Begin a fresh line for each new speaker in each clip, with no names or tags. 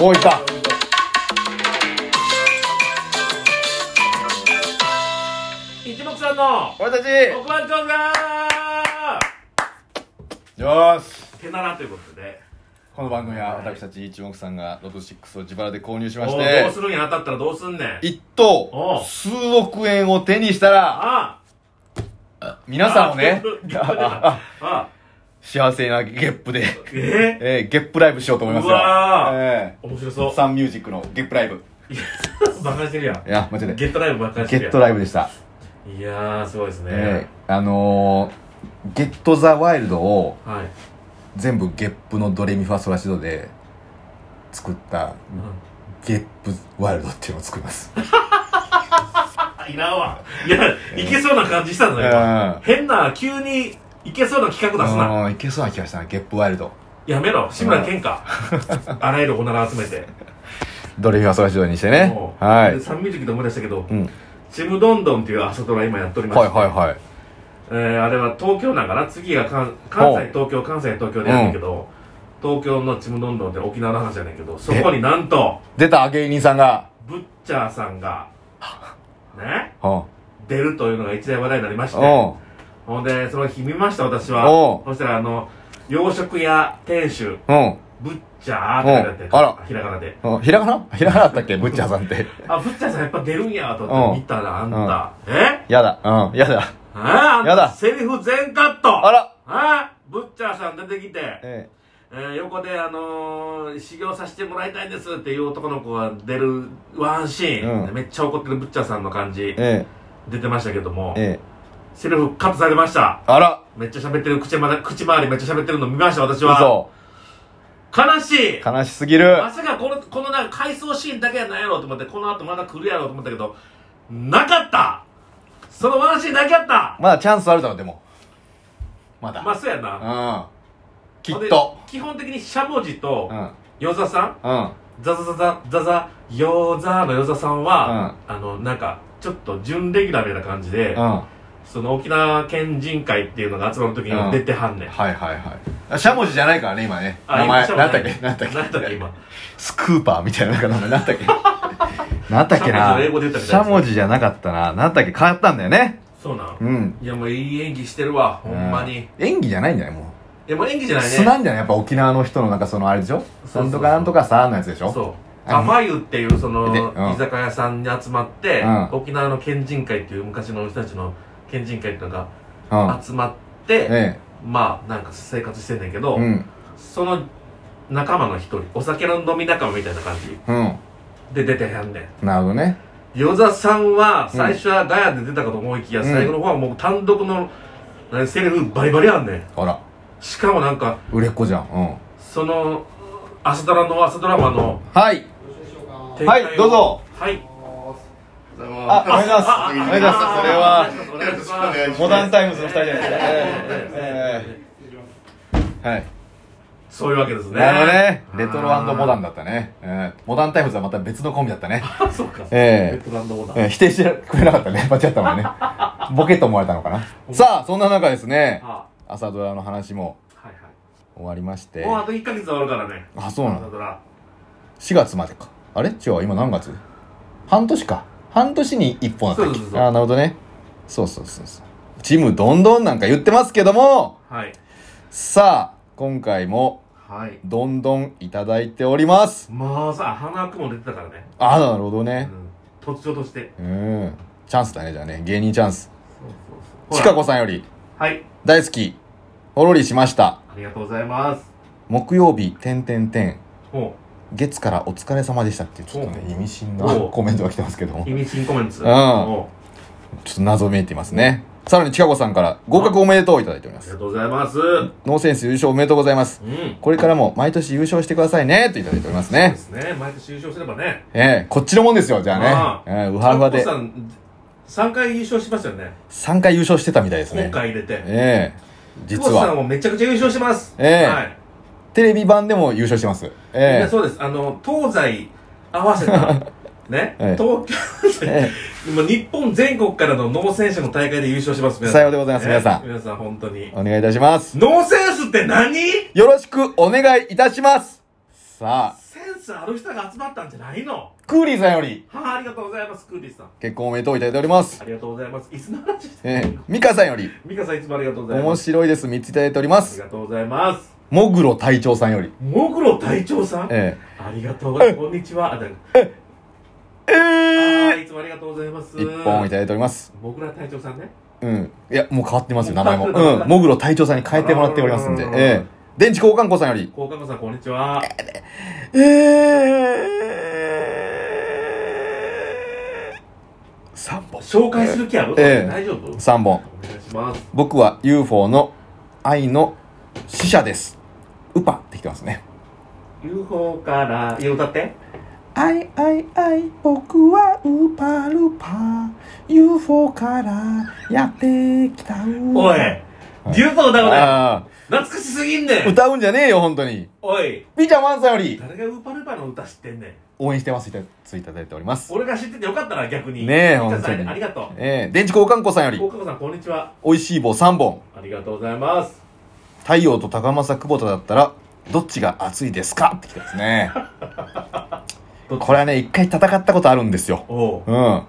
おおいた
一目さんの
俺たち
黒板調査
よーし
手ならということで
この番組は私たち一目さんがロト6を自腹で購入しまし
おうど
て
うするんや当たったらどうすんねん
一等
おう
数億円を手にしたら
あ
皆さんをね
あああ
幸せなゲップで、
ええ
えーゲップライブしようと思いますよ
うわー
え
面白
ー
そう
サンミュージックのゲップライブ
バカしてるやん
いやマジで
ゲットライブばっかりして
ゲ
るや
ッ
ん
トライブでした、
いやーすごいですね、
えーあのー、ゲット・ザ・ワイルドを
はい、
全部ゲップのドレミファソラシドで作った
うん
ゲップワイルドっていうのを作ります。
あいらんわいやいけそうな感じしたんだよ
う。
変な急にいけそうな企画出すなん
いけそうな気がしたな、ゲップワイルド。
やめろ志村けんかあらゆるおなら集めて
ドレミファソラシドにしてね
も。う
は
で
い。
サンミュージックで思い出したけど
うん。
ちむどんどんっていう朝ドラ今やっておりまし
はい
て、
はいはい。
えーあれは東京なんかな次が関関西東京関西東京でやるんだけど、東京のちむどんどんって沖縄の話じゃないけどそこになんと
出た芸人さんが。
ブッチャーさんがね
うん。うん。
出るというのが一大話題になりまして
お
ほんでその日見ました私は
おう
そしたらあの洋食屋店主
うん。
ブッチャーって書いてあって
おうあら
ひらがなで
うんひらがなひらがなだったっけブッチャーさんって。
あブッチャーさんやっぱ出るんやと思って見たらあんたえ
やだ。うん。やだ。
えあん
や
た
だ
セリフ全カット
あら
あブッチャーさん出てきて、
え
えー横で、あのー修行させてもらいたいんですっていう男の子が出るワンシーン、
うん
めっちゃ怒ってるブッチャーさんの感じ
え。え
出てましたけども
え。ええ。
セリフカットされました
あら
めっちゃ喋ってる口,、ま、口周りめっちゃ喋ってるの見ました私は
嘘。
悲しい
悲しすぎる
ま。さかこのこのなんか回想シーンだけやないやろと思ってこの後まだ来るやろと思ったけどなかったそのワンシーンだけやった
まだチャンスあるだろ、でも。まだ。
まあそうやな
うん。き
ほん
っ
で
と。
基本的にしゃもじと
うん。
与座さん
うん。
ザザザザザザヨーザーのヨザさんは、あのなんかちょっと準レギュラーみたいな感じで、
うん。
その沖縄県人会っていうのが集まる時
うん
に出てはんねん、
はいはいはいあしゃもじじゃないからね今ね
あ
名前
今
なんだっけなんだっけ
なんだっけ今
スクーパーみたいななんか名前なんだっけ なんだっけ
しゃもじの英語で言
な
ったみたい
しゃもじじゃなかったななんだっけ変わったんだよね
そうなん、
うん
いやもういい演技してるわほんまに、
う演技じゃないんじゃないも
でも演技じゃ
う
ないね
素なんじゃないやっぱ沖縄の人のなんかそのあれでしょ
そうそうそう
なんとかなんとかさーのやつでしょ
そう
あ
アファユっていうその
でうん
居酒屋さんに集まって、
うん
沖縄の県人会っていう昔の人たちの県人会っていうの
うん
が集まって、
え
まあなんか生活してんねんけ
え
ど、
うん
その仲間の一人お酒の飲み仲間みたいな感じ
うん
で出てはんねん
なるほどね
与座さんは最初はガヤで出たかと思いきや、
うん
最後の方はもう単独の何セリフバリバリあんねん
あら
しかもなんか
売れっ子じゃんうん
その朝ドラの朝ドラマの
はい
展開を
はいどうぞ
はい
おはようご
あおはようございます
ああ
おはようございます
あ
それは
お願いしますお願いします
モダンタイムズの二人じゃないですか
ええ
ええええはい
そういうわけですね
なるほどねレトロモダンだったねうんモダンタイムズはまた別のコンビだったね
あそうか
ええ
レトロモダン
えー否定してくれなかったね。間違ったもんね。ボケと思われたのか な。さあ、そんな中ですね、
あ
朝ドラの話も
はいは
終わりまして
い。もうあと一ヶ月で終わるからね
あ、そうな
朝
の
ドラ
?4 月までか。あれ違う、今何月半年か。半年に1本だったっけ
そうそうそう
あー、なるほどね。そうそうそうそう。チームどんどんなんか言ってますけども、
はい
さあ、今回も
はい
どんどんいただいております。
まあさ鼻くも出てたからね
あー、なるほどね。
うん突如として
うん。チャンスだね、じゃあね。芸人チャンス。
そうそうそう
ちかこさんより、
はい
大好き、ほろりしました。
ありがとうございます
木曜日、てんてんてん、
も
月からお疲れ様でしたっていう、ちょっと
おう
ね、意味深な
おう
コメントが来てますけども
う、意味深コメント
うん
も
ちょっと謎めいてますね。さらに、ちかこさんから合格おめでとういただいており
う
ま
あり
す
が。とうございますうん
ノーセンス優勝おめでとうございます。これからも毎年優勝してくださいね、といただいております
そうで
ね。
すね毎年優勝すればね
ええこっちのもんですよ、じゃあ
あ
ね。ええウハウハで
タッコさん3回優勝しましたよね
3回優勝してたみたいですね
今。回入れて
ええ実
久保田さん
は、
もめちゃくちゃ優勝してます
ええ
はい
テレビ版でも優勝してます。
みん
え
なそうですあの東西合わ せたね
ええ
東京
ええ
今日本全国からの能選手の大会で優勝します皆
え
さ
さ
ん
ようでございます、皆さ
ええ
ん。
皆さん本当に
お願いいたします。
ノーセンスって何
よろしくお願いいたします。さあ、
センセンスある人が集まったんじゃないの
クーリーさんより、
はい、ありがとうございます、クーリーさん。
結婚おめでとういただいております
あ。りがとうございます。いつの話して
え
る
ー、ミカさんより、
ミカさん、いつもありがとうござい
面
ます。
白いです。3ついただいておりま
あ
す
り。がとうございます。
もぐろ隊長さんより、
モグロ隊長さん、
え
ありがとうございます。こんにちは。あ、だ
ー、え
あーいつもありがとうございます。
一本いただいております。
モグラ隊長さんね。
うん。いや、もう変わってますよ、名前も。
もう変わってる
うん。もぐろ隊長さんに変えてもらっておりますんで
う。ん
えー、電池交換庫さんより、
高カ子さん、こんにちは。
えー、3本。
紹介する気ある、
ええ
大丈夫お願い
3本。
します。
僕は UFO の愛の使者です。ウパってきてますね。
UFO から、いや、歌って。
あいあいあい、僕はウパルパ、UFO からやってきた
おい、UFO 歌うな
あ
懐かしすぎんね
ー
ん
歌うんじゃねえよ、本当に。
おい、
ピーちゃんワンさんより、
誰がウーパルパの歌知ってんねん。
応援してますいたついただいております。
俺が知っててよかったな、逆に。
ねえ
みか
本当
さん
に
ありがとう。
えー、電池交換庫さんより
高、カ子さん、こんにちは。
美味しい棒3本、
ありがとうございます。
太陽と高政久保田だったら、どっちが熱いですかってきてます ね。
どっち
これはね、一回戦ったことあるんですよ。
おう。
うん。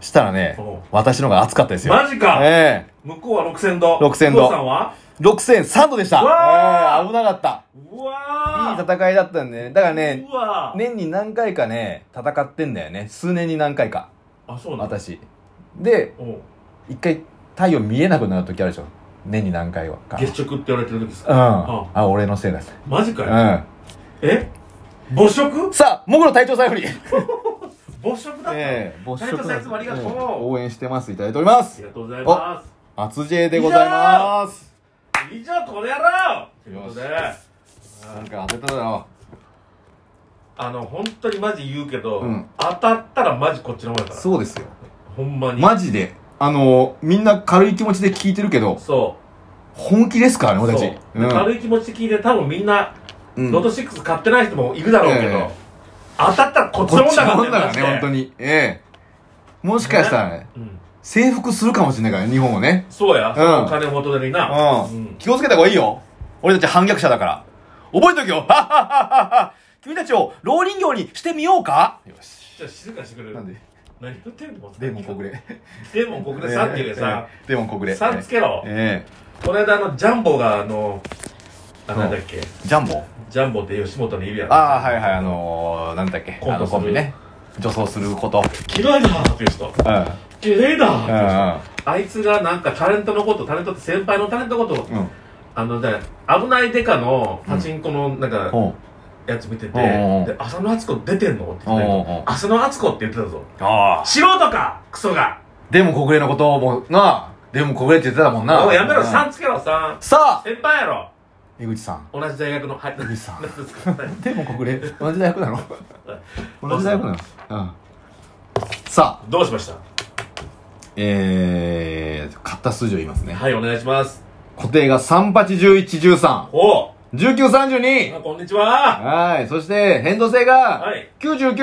したらね、
おう
私の方が熱かったですよ。
マジか、
え
向こうは6000度。
6000度
向こうさんは
え6003度でした。ええ
わあ
危なかった。
うわ
い
ー。
い戦いだったんでね。だからね、
うわー。
年に何回かね、戦ってんだよね。数年に何回か。
あ、そうなんだ。
私。で、
おう
一回太陽見えなくなる時あるでしょ。年に何回か。
月食って言われてる時です
うん。
か
あ俺のせいだ。う
マジかよ。
ん。
え母食
さあ、もぐの隊長さんより。
母食だった、
ええ、没
隊長さんいつもありがとう
応援してます。いただいておりま
あ
す
り。がとうございます。
厚 J でございます。
以上、この野郎ということで、
なんか当てただろ
あの、本当にマジ言うけど、
うん
当たったらマジこっちの方やから。
そうですよ。
ほんまに。
マジで。あのみんな軽い気持ちで聞いてるけど、
そ
本気ですからね、
う。
俺た
そ
ち
う。軽い気持ちで聞いて、多分みんな、ロト6買ってない人もいるだろうけど、
ええ
当たったらこっち
こ
の
っ
もん
ち
だ
の
から
もんだからね、本当
に。
に。ええ。もしかしたらね、
うん。
征服するかもしれないからね、日本をね。
そうや、
うん
お金元手にな。
うん。気をつけた方がいいよ。俺たち反逆者だから。覚えとけよ はっはっはっは君たちを老人形にしてみようかよし。
じゃあ静かにしてくれる。
なんで
何言ってんの
デーモン小暮。デ
デーモン国でさっきでさ、。
デーモン小暮。
さつけろ。
え
この間あのジャンボがあのあ
うん
なんだっけ
え。ジャンボ
ジャンボって吉本にいるやん
ああ、はいはい、あのー、なんだっけ。
コン
あ
ト
の
する
コンビね。女装すること。
嫌いだーっていう人
うん。うん
嫌いだーっていう人
う
あいつがなんかタレントのことタレントって先輩のタレントのこと
ん。うん。
あのね危ないデカのパチンコのなんか
ほ
やつ見てて、
うんうん
で浅野敦子出てんのっ
う。
て
う
言って、
んうん。
浅野敦子って言ってたぞ
ああ。
素人かクソが
でも小暮のことをも、なあ。でも小暮って言ってたもんな。
おうやめろ
うん
さんつけろさん
さあ
先輩やろ
江口さん。
同じ大学のはい
江口さん。
何ですか
でも国連同じ大学なの 同じ大学なのうんさあ
どうしました
えー、買った数字を言いますね、
はいお願いします
固定が3811131932
おう
は
あこんにちは
ーいそして変動性が
はい
9922263443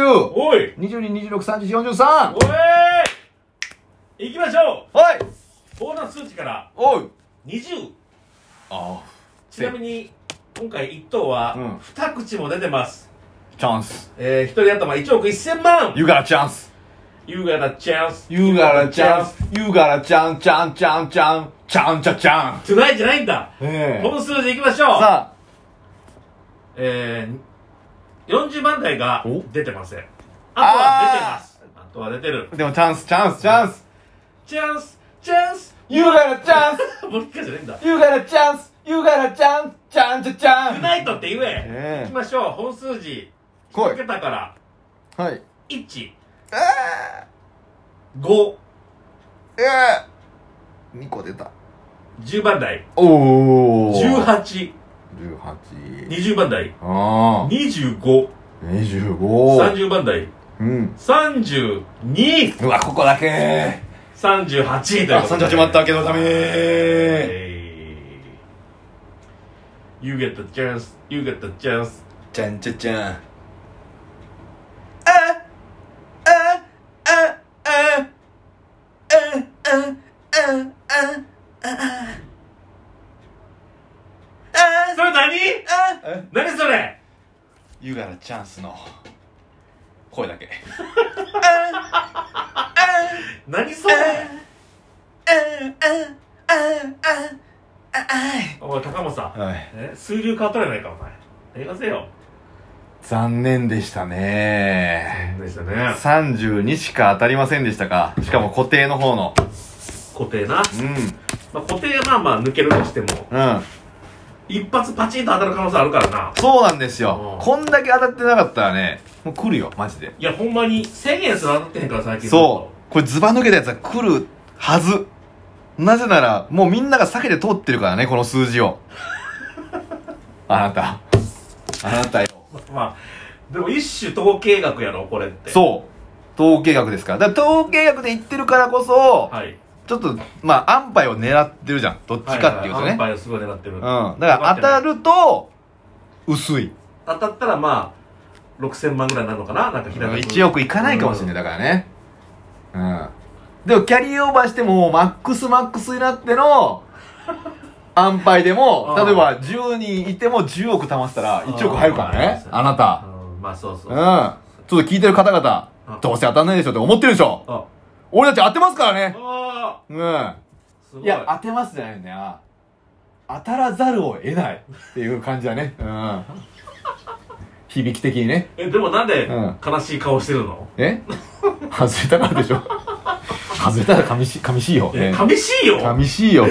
おいお
はい
行きましょ
いう
ボーナス数値から
おい
20
あ
ちなみに今回1等は
うん
2口も出てます、
あチャンス
えー、1人頭1億1000万
You got a chance
You got a chance
You got a chance You got a chance チャンチャンチャンチャンチャンチャン
tonight じゃないんだ
え
こ
え
の数字いきましょう
さ
えー、40番台が
お
出てませんあとは出てますあとは出てる
あでもチャンスチャンスチャンス
チャンスチャンス
You got a chance
もう一回じゃないんだ
You got a chance! You got a chance! チャンチャチャン
tonight って言え、
ええ
行きましょう本数字
来
1桁から
いはい。
1
えー、
5
えー、2個出た。
10番台
おー。
1820
18。
番台
あ
2530
ー。25。
番台
うん。
3238
うわ、ここだけ
という
あ、
ことで
38もあったけどダメ
えー You get the chance You get the chance
チャンチャチャン。あああああああああ
それ何
あ
何それ
You got a chance チャンスの声だけ
何それおい、高本さん。
はい
え水流変わっとるやないか、お前。ええかせよ。
残念でしたね
でしたね。
32しか当たりませんでしたかしかも固定の方の
固定な。
うん
まあ、固定はまあまあ抜けるとしても、
うん
一発パチンと当たる可能性あるからな。
そうなんですよ
うん
こんだけ当たってなかったらねもう来るよマジで
いや、ほんまに、1000円すら当たってへんから、最近。
そうこれズバ抜けたやつは来るはずなぜならもうみんなが避けて通ってるからねこの数字をあなたあなたよ
まあ、でも一種統計学やろ、これって。
そう統計学ですからだから統計学で言ってるからこそ
はい。
ちょっとまあ安牌を狙ってるじゃんどっちかっていうと
はいはいはい
ね
安牌をすごい狙ってる。
うんだから当たると薄い
当たったらまあ、6000万ぐらいになるのかななんか開く。
1億いかないかもしれない
い。
だからねうんでもキャリーオーバーしてもマックスマックスになっての安牌でも
うん
例えば10人いても10億貯まったら1億入るからね
うん
あなた
うんまあそうそうう。
んちょっと聞いてる方々
うん
どうせ当たんないでしょって思ってるでしょ
あ、
俺たち当てますからね
あ
うん
ーすごい。
いや、当てますじゃないんだよ。当たらざるを得ないっていう感じだ ね。うん。響き的にね。
え、でもなんで
うん
悲しい顔してるの
え外れたからでしょ外れたらかみし、かみしいよ。
え、
ね
寂しいよ
かみしいよ。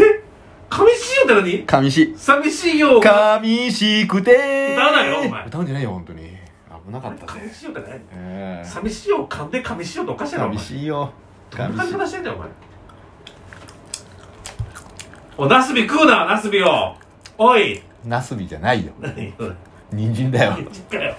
寂しいよって何
かみしい。
寂しいよ
かみしくて
歌わないよお前
歌うんじゃないよ、本当に。危なかったぜ
寂。しいよって何
ええ
寂しいよ噛んで噛みしいよっておかしいな
か
お前
みしいよ。
ど
か
ん
み
な
しい。
話してんだよお前おいナスビ食うなナスビをおい
なすびじゃないよ。
何
人参だよ。
実家よ